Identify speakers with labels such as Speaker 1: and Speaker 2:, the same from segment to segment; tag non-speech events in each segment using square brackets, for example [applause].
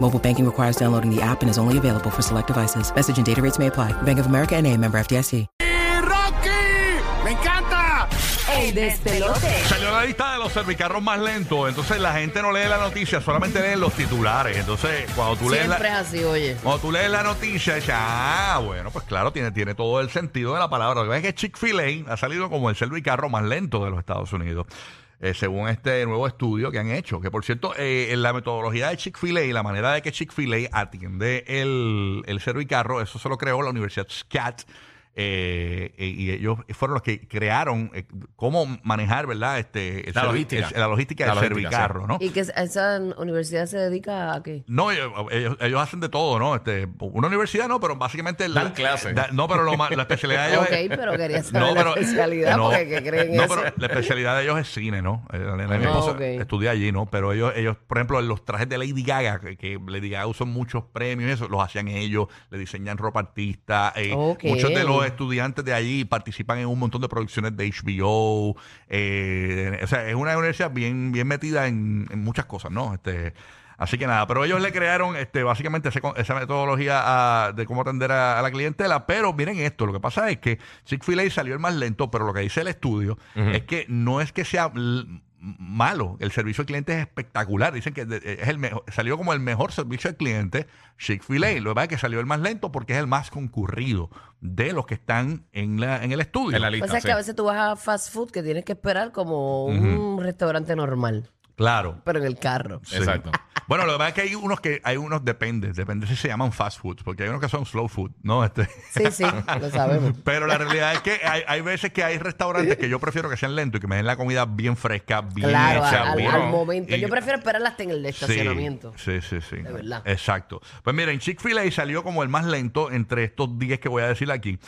Speaker 1: Mobile banking requires downloading the app and is only available for select devices. Message and data rates may apply. Bank of America and a member FDIC.
Speaker 2: ¡Y Rocky! ¡Me encanta!
Speaker 3: Salió la lista de los servicarros más lentos, entonces la gente no lee la noticia, solamente lee los titulares. Entonces, cuando tú lees
Speaker 4: Siempre
Speaker 3: la,
Speaker 4: es así, oye.
Speaker 3: cuando tú lees la noticia, dices, ah, bueno, pues claro, tiene, tiene todo el sentido de la palabra. Lo que pasa es que Chick-fil-A ha salido como el servicarro más lento de los Estados Unidos, eh, según este nuevo estudio que han hecho. Que por cierto, eh, en la metodología de Chick-fil-A y la manera de que Chick-fil-A atiende el, el servicarro, eso se lo creó la Universidad SCAT. eh, y ellos fueron los que crearon eh, cómo manejar, ¿verdad? Este, el
Speaker 5: La
Speaker 3: servi-
Speaker 5: logística.
Speaker 3: el- la logística
Speaker 5: La
Speaker 3: del
Speaker 5: logística,
Speaker 3: servicarro, ¿no?
Speaker 4: Y que esa universidad se dedica a qué?
Speaker 3: No, ellos, ellos- ellos hacen de todo, ¿no? Este, una universidad no, pero básicamente... la-
Speaker 5: Dan clases.
Speaker 3: da- no, pero lo más- la especialidad de ellos
Speaker 4: Ok,
Speaker 3: es...
Speaker 4: pero quería saber la especialidad,
Speaker 3: no,
Speaker 4: porque ¿qué creen
Speaker 3: no,
Speaker 4: eso?
Speaker 3: pero la especialidad de ellos es cine, ¿no? Eh, la nena de mi
Speaker 4: Ah,
Speaker 3: esposa
Speaker 4: ok.
Speaker 3: estudia allí, ¿no? Pero ellos, ellos, por ejemplo, los trajes de Lady Gaga, que, que Lady Gaga usó muchos premios y eso, los hacían ellos, le diseñan ropa artista. eh,
Speaker 4: Ok.
Speaker 3: Muchos de los estudiantes de allí participan en un montón de producciones de HBO. eh, o sea, es una universidad bien, bien metida en, en muchas cosas, ¿no? Este, así que nada, pero ellos le crearon este, básicamente ese con- esa metodología a- de cómo atender a, a la clientela. Pero miren esto, lo que pasa es que Chick-fil-A salió el más lento, pero lo que dice el estudio es que no es que sea l- malo, el servicio al cliente es espectacular, dicen que de- eh, es el mejor, salió como el mejor servicio al cliente Chick-fil-A, lo que pasa es que salió el más lento porque es el más concurrido de los que están en, la, en el estudio.
Speaker 5: En la
Speaker 4: O
Speaker 5: lista.
Speaker 4: sea,
Speaker 5: sí.
Speaker 4: que a veces tú vas a fast food que tienes que esperar como un restaurante normal,
Speaker 3: Claro.
Speaker 4: pero en el carro.
Speaker 3: Sí.
Speaker 5: Exacto.
Speaker 3: [laughs] Bueno, lo que pasa es que hay unos que hay unos depende, depende si se llaman fast food, porque hay unos que son slow food, ¿no? Este, [laughs]
Speaker 4: Sí, sí, lo sabemos.
Speaker 3: pero la realidad es que hay, hay veces que hay restaurantes que yo prefiero que sean lentos y que me den la comida bien fresca, bien
Speaker 4: Claro,
Speaker 3: hecha,
Speaker 4: al, al-
Speaker 3: bien-
Speaker 4: al momento.
Speaker 3: y-
Speaker 4: Yo prefiero esperarlas en el estacionamiento.
Speaker 3: Sí, sí, sí.
Speaker 4: De Este verdad.
Speaker 3: Exacto. Pues miren, Chick-fil-A salió como el más lento entre estos 10 que voy a decir aquí.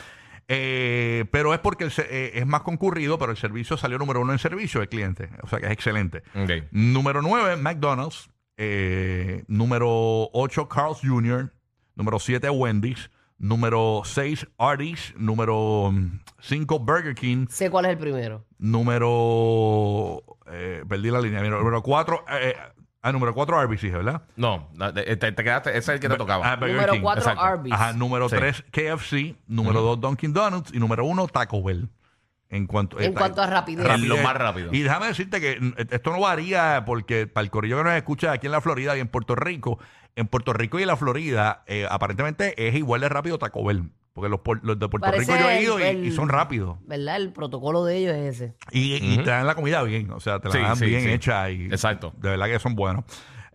Speaker 3: Eh, pero es porque el se- eh, es más concurrido, pero el servicio salió número uno en servicio de cliente. O sea que es excelente.
Speaker 5: Ok.
Speaker 3: Número 9, McDonald's. Eh, número 8, Carl's Jr. Número 7, Wendy's. Número 6, Arby's. Número 5, Burger King.
Speaker 4: Sé cuál es el primero.
Speaker 3: Número. eh, perdí la línea. Mira, Número 4. ah, número 4 Arby's, dije, ¿verdad?
Speaker 5: No, la- de- te, te quedaste, ese es el que te
Speaker 3: Ah,
Speaker 5: tocaba.
Speaker 3: Burger
Speaker 4: Número
Speaker 3: King,
Speaker 4: cuatro,
Speaker 3: exacto.
Speaker 4: Arby's.
Speaker 3: Ajá, número
Speaker 5: Sí.
Speaker 3: 3 KFC. Número 2 Dunkin' Donuts. Y número 1 Taco Bell. En cuanto,
Speaker 4: En
Speaker 3: eh,
Speaker 4: cuanto a rapidez.
Speaker 5: Rápido. Lo más rápido.
Speaker 3: Y déjame decirte que mm, esto no varía porque para el corillo que nos escucha aquí en la Florida y en Puerto Rico, en Puerto Rico y en la Florida, eh, aparentemente es igual de rápido Taco Bell. Porque los, por- los de Puerto
Speaker 4: Parece
Speaker 3: Rico yo he ido y-
Speaker 4: el-
Speaker 3: y son rápidos.
Speaker 4: ¿Verdad? El protocolo de ellos es ese.
Speaker 3: Y, y te dan la comida bien, o sea, te la
Speaker 5: Sí,
Speaker 3: dan
Speaker 5: sí,
Speaker 3: bien
Speaker 5: sí.
Speaker 3: hecha y
Speaker 5: Exacto.
Speaker 3: de verdad que son buenos.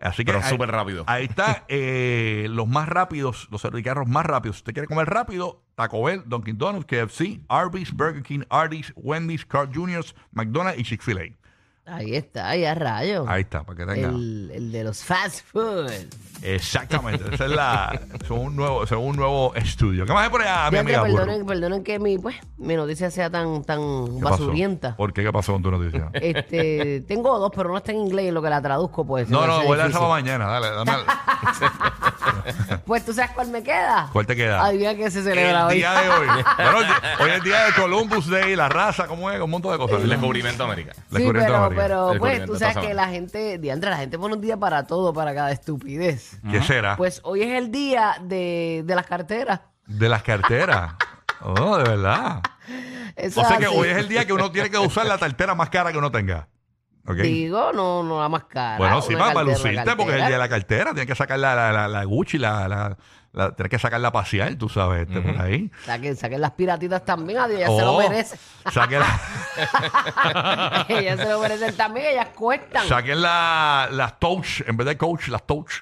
Speaker 3: Así que
Speaker 5: Pero
Speaker 3: ahí-
Speaker 5: súper rápido. [laughs]
Speaker 3: Ahí está eh, los más rápidos, los servicarros más rápidos. Si usted quiere comer rápido, Taco Bell, Dunkin' Donuts, KFC, Arby's, Burger King, Arby's, Wendy's, Carl Jr., McDonald's y Chick-fil-A.
Speaker 4: Ahí está, ahí a rayo.
Speaker 3: Ahí está, para que tenga.
Speaker 4: el, el de los fast food.
Speaker 3: Exactamente. Esa es la. Según un nuevo, según un nuevo estudio. ¿Qué más hay por allá, mi
Speaker 4: Fíjate,
Speaker 3: amiga? Burro?
Speaker 4: perdonen, perdonen que mi, pues, mi noticia sea tan, tan
Speaker 3: ¿Qué pasó?
Speaker 4: basurienta.
Speaker 3: ¿Por qué? ¿Qué pasó con tu
Speaker 4: [laughs]
Speaker 3: noticia? [laughs]
Speaker 4: Este, tengo dos, pero una está en inglés y lo que la traduzco, pues.
Speaker 3: no,
Speaker 4: se me
Speaker 3: no,
Speaker 4: hace
Speaker 3: voy a dar esa
Speaker 4: difícil.
Speaker 3: para mañana. Dale,
Speaker 4: [laughs]
Speaker 3: dame.
Speaker 4: Pues tú sabes cuál me queda.
Speaker 3: ¿Cuál te queda?
Speaker 4: Ay, mira que se celebra
Speaker 3: El
Speaker 4: hoy.
Speaker 3: día de
Speaker 4: [laughs]
Speaker 3: hoy. Bueno, hoy- hoy es el día de Columbus Day, la raza, ¿cómo es? Un montón de cosas.
Speaker 5: El descubrimiento de América.
Speaker 4: Sí,
Speaker 3: Descubriendo
Speaker 4: pero,
Speaker 3: América.
Speaker 4: pero
Speaker 5: El
Speaker 4: pues
Speaker 5: descubrimiento,
Speaker 4: tú sabes
Speaker 5: está
Speaker 4: que
Speaker 5: sabroso.
Speaker 4: la gente, diantre, la gente pone un día para todo, para cada estupidez.
Speaker 3: ¿Qué será?
Speaker 4: Pues hoy es el día de, de las carteras.
Speaker 3: De las carteras. Oh, de verdad.
Speaker 4: Eso
Speaker 3: O sea
Speaker 4: es
Speaker 3: que
Speaker 4: así.
Speaker 3: hoy es el día que uno tiene que usar la cartera más cara que uno tenga. Ok.
Speaker 4: Digo, no, no la más cara.
Speaker 3: Bueno, sí,
Speaker 4: una
Speaker 3: para,
Speaker 4: cartera, una
Speaker 3: lucirte, porque es el
Speaker 4: cartera.
Speaker 3: día de la cartera. Tienes que sacar la, la, la, la Gucci, la, la, la- tienes que sacarla a pasear, tú sabes, este, por ahí.
Speaker 4: Saquen, saquen las piratitas también, a ella se lo
Speaker 3: Oh,
Speaker 4: merece. [laughs]
Speaker 3: Saquen la-
Speaker 4: ellas se lo merecen también, ellas cuestan.
Speaker 3: saquen la- las touch, en vez de coach, las touch.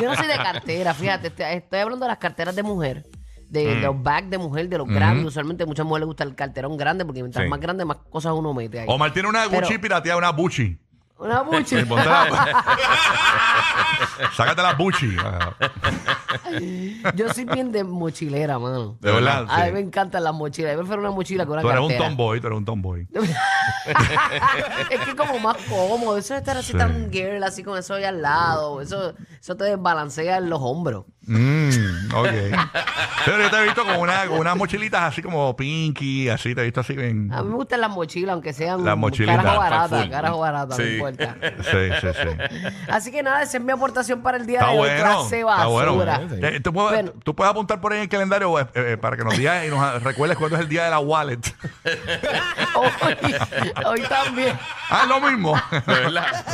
Speaker 4: Yo no soy de cartera, fíjate, te- estoy hablando de las carteras de mujer,
Speaker 3: Mm.
Speaker 4: de los bags de mujer, de los grandes. Usualmente a muchas mujeres les gusta el carterón grande porque mientras
Speaker 5: Sí.
Speaker 4: más grande, más cosas uno mete ahí.
Speaker 3: Omar tiene una Gucci
Speaker 4: Pero-
Speaker 3: pirateada, una Gucci. [laughs]
Speaker 4: Una buchi.
Speaker 3: Ponte la-
Speaker 4: Ah,
Speaker 3: [laughs]
Speaker 4: pues.
Speaker 3: Sácate la Gucci. Ah,
Speaker 4: [laughs] Yo soy bien de mochilera, mano.
Speaker 3: De verdad.
Speaker 4: A mí
Speaker 3: sí.
Speaker 4: me encantan las mochilas. Yo prefiero una mochila que una
Speaker 3: Tú eres un
Speaker 4: cartera.
Speaker 3: tomboy, tú eres un tomboy.
Speaker 4: [laughs] es que es como más cómodo. Eso de estar así
Speaker 3: Sí.
Speaker 4: tan girl, así con eso ahí al lado. Eso, eso te desbalancea en los hombros.
Speaker 3: Mm, ok. Pero yo te he visto con, una, con unas mochilitas así como pinky, así, te he visto así bien.
Speaker 4: A mí me gustan las mochilas, aunque sean
Speaker 3: Las mochilitas.
Speaker 4: carajo barata,
Speaker 5: Full.
Speaker 4: carajo barata, no
Speaker 5: Sí.
Speaker 4: importa.
Speaker 3: Sí, sí,
Speaker 4: [laughs]
Speaker 3: sí.
Speaker 4: Así que nada, esa es mi aportación para el día
Speaker 3: Está
Speaker 4: de hoy.
Speaker 3: bueno.
Speaker 4: clase
Speaker 3: Está bueno.
Speaker 4: basura.
Speaker 3: Eh, ¿Tú, puedes,
Speaker 4: Bueno.
Speaker 3: tú puedes apuntar por ahí en el calendario eh, eh, para que nos digas y nos recuerdes cuándo es el día de la wallet.
Speaker 4: Hoy, hoy también.
Speaker 3: ah, es lo
Speaker 4: [laughs]
Speaker 3: mismo.
Speaker 5: [laughs] De verdad.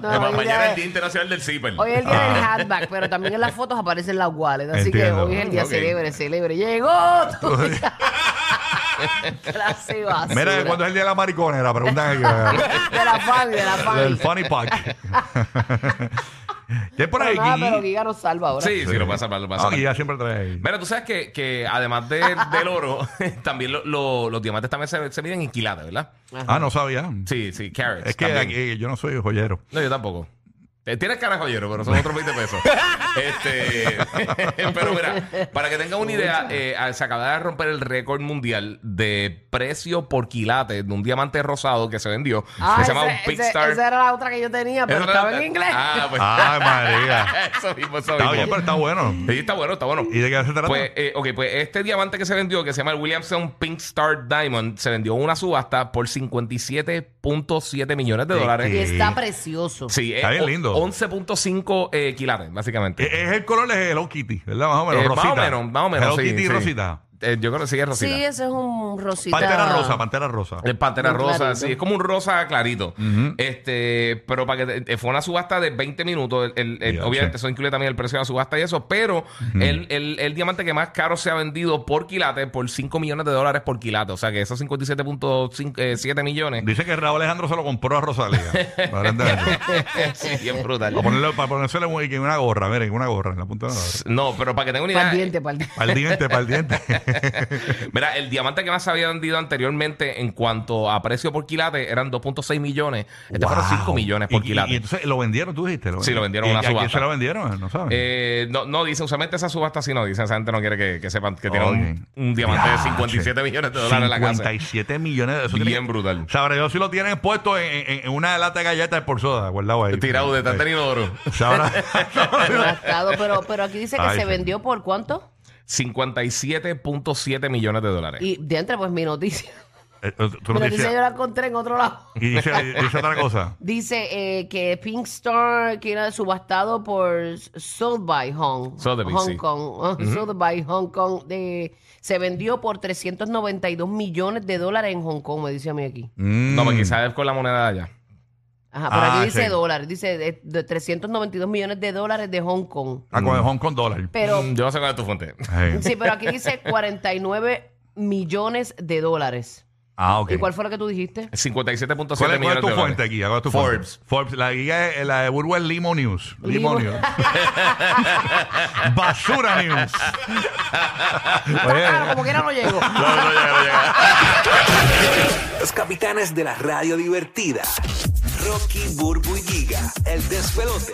Speaker 4: No,
Speaker 5: Ma- Mañana
Speaker 4: hoy,
Speaker 5: es
Speaker 4: día-
Speaker 5: el Día Internacional del Zipper.
Speaker 4: Ah, hoy es el día del hatback, pero también en las fotos aparecen las wallets. Así
Speaker 3: Ah. Entiendo.
Speaker 4: que hoy es el día
Speaker 5: Ok.
Speaker 4: célebre, célebre. ¡Llegó! [laughs] tu día. clase basura.
Speaker 3: Mira, ¿cuándo es el día de la mariconera? Preguntan aquí.
Speaker 4: De la Fabi, de la
Speaker 3: Del
Speaker 4: Fabi.
Speaker 3: funny pack. [laughs] ¿Qué es por ahí,
Speaker 4: Pero nada,
Speaker 3: Gigi?
Speaker 4: pero Giga nos salva ahora.
Speaker 5: Sí, sí, lo pasa, lo pasa.
Speaker 3: Ah, Giga siempre trae ahí.
Speaker 5: Mira, tú sabes que, que además
Speaker 4: [laughs]
Speaker 5: de- del oro, [laughs] también lo- lo- los diamantes también se, se miden en quilates, ¿verdad?
Speaker 3: Ah, no sabía.
Speaker 5: Sí, sí, carrots.
Speaker 3: Es que
Speaker 5: también.
Speaker 3: aquí- yo no soy joyero.
Speaker 5: No, yo tampoco. Eh, Tienes cara de joyero, pero son otros 20
Speaker 4: [laughs]
Speaker 5: pesos. este, [laughs] pero mira, para que tengan una idea, eh, se acaba de romper el récord mundial de precio por quilate de un diamante rosado que se vendió.
Speaker 4: Ah,
Speaker 5: que se llama
Speaker 4: ese-
Speaker 5: un
Speaker 4: ese-
Speaker 5: Pickstar.
Speaker 4: Esa era la otra que yo tenía, pero
Speaker 5: Eso era-
Speaker 4: estaba en inglés.
Speaker 5: Ah, pues.
Speaker 4: [laughs]
Speaker 3: Ay, María.
Speaker 5: [laughs] eso mismo, eso
Speaker 3: Está
Speaker 5: mismo.
Speaker 3: bien, pero está bueno.
Speaker 5: Sí, está bueno, está bueno.
Speaker 3: ¿Y de qué se trata?
Speaker 5: Pues, eh, ok, pues este diamante que se vendió, que se llama el Williamson Pink Star Diamond, se vendió en una subasta por 57.7 millones de
Speaker 3: ¿De
Speaker 5: dólares.
Speaker 4: y está precioso.
Speaker 5: Sí,
Speaker 3: Está
Speaker 5: es
Speaker 3: bien
Speaker 5: o-
Speaker 3: lindo.
Speaker 5: 11.5 eh, quilates, básicamente.
Speaker 3: E- es el color de Hello Kitty, ¿verdad? Más o menos,
Speaker 5: Eh,
Speaker 3: rosita.
Speaker 5: Más o menos, más o menos.
Speaker 3: Hello
Speaker 5: sí,
Speaker 3: Kitty y
Speaker 5: sí.
Speaker 3: rosita.
Speaker 5: Eh, yo creo que sí es rosita.
Speaker 4: Sí, ese es un rosita.
Speaker 3: Pantera rosa, pantera rosa.
Speaker 5: El pantera
Speaker 4: Muy
Speaker 5: rosa,
Speaker 4: clarito.
Speaker 5: sí, es como un rosa clarito. Este, pero para que te- fue una subasta de 20 minutos. El- el- el-
Speaker 3: Ya,
Speaker 5: obviamente,
Speaker 3: sí.
Speaker 5: eso incluye también el precio de la subasta y eso, pero el, el- el diamante que más caro se ha vendido por quilate por 5 millones de dólares por quilate. O sea que esos 57.7 eh, millones.
Speaker 3: Dice que Raúl Alejandro se lo compró a Rosalía.
Speaker 5: [laughs]
Speaker 3: Aparentemente.
Speaker 5: Sí, [laughs] bien brutal.
Speaker 3: para, ponerle, para ponérsele muy- que una gorra, miren, una gorra en la punta de la gorra.
Speaker 5: No, pero para que tengan una idea.
Speaker 4: Pa'l diente, pa'l
Speaker 3: [laughs]
Speaker 4: diente.
Speaker 3: Para el diente, para
Speaker 5: [laughs]
Speaker 3: el
Speaker 5: Este
Speaker 3: diente.
Speaker 5: Mira, el diamante que más se había vendido anteriormente en cuanto a precio por quilate eran 2.6 millones. Este fueron
Speaker 3: Wow.
Speaker 5: 5 millones por
Speaker 3: Y- y-
Speaker 5: quilate.
Speaker 3: Y, entonces lo vendieron, tú dijiste.
Speaker 5: Sí, lo vendieron
Speaker 3: ¿Y
Speaker 5: a una
Speaker 3: quién
Speaker 5: subasta.
Speaker 3: se lo vendieron? No saben.
Speaker 5: Eh, no, no, dice, usualmente esa subasta sí no dice. Esa gente no quiere que, que sepan que tiene un,
Speaker 3: Ok.
Speaker 5: un diamante de
Speaker 3: Ah,
Speaker 5: 57
Speaker 3: che.
Speaker 5: millones de dólares en la casa.
Speaker 3: 57 millones de eso
Speaker 5: Bien
Speaker 3: tiene-
Speaker 5: brutal.
Speaker 3: Sabrá yo si lo tienen puesto en, en- en una lata de galletas por soda, guardado ahí. Eh,
Speaker 5: Tirado de tanto inodoro.
Speaker 3: Sabrá.
Speaker 5: [laughs]
Speaker 4: Gastado, pero, pero aquí dice que
Speaker 3: Ay,
Speaker 4: se
Speaker 3: sí.
Speaker 4: vendió por cuánto.
Speaker 5: 57.7 millones de dólares.
Speaker 4: Y de entre, pues mi noticia.
Speaker 3: Eh, tú lo
Speaker 4: Mi noticia yo
Speaker 3: dices.
Speaker 4: la encontré en otro lado.
Speaker 3: Y dice, dice otra cosa.
Speaker 4: Dice eh, que Pink Star, que era subastado por Sotheby Hong,
Speaker 5: Sotheby's,
Speaker 4: Hong
Speaker 5: sí.
Speaker 4: Kong, ah, Sotheby's Hong Kong, de- se vendió por 392 millones de dólares en Hong Kong, me dice a mí aquí.
Speaker 5: Mm. No,
Speaker 3: Mm.
Speaker 5: pero quizás es con la moneda de allá.
Speaker 4: Ajá, pero
Speaker 3: Ah,
Speaker 4: aquí dice
Speaker 3: sí.
Speaker 4: dólares, dice de, de 392 millones de dólares de Hong Kong.
Speaker 3: Ah, con el Hong Kong dólar.
Speaker 4: Pero,
Speaker 5: Mm, Yo no sé cuál es tu fuente. [laughs]
Speaker 3: Eh.
Speaker 4: sí, pero aquí dice 49 millones de dólares.
Speaker 3: Ah, ok.
Speaker 4: ¿Y cuál fue lo que tú dijiste?
Speaker 5: 57.7
Speaker 3: ¿Cuál es, cuál es
Speaker 5: millones
Speaker 3: tu
Speaker 5: de dólares.
Speaker 3: fuente aquí? ¿Cuál es tu
Speaker 5: Forbes.
Speaker 3: fuente? Forbes. La guía es la de Burbu es Limo News. Limo
Speaker 4: Limo.
Speaker 3: News.
Speaker 4: [laughs]
Speaker 3: Basura News. Oye,
Speaker 4: Claro, Ah, como quiera no
Speaker 5: No,
Speaker 4: llegó.
Speaker 5: no llega, no llega.
Speaker 6: Los capitanes de la radio divertida. Rocky, Burbu y Giga, el despelote.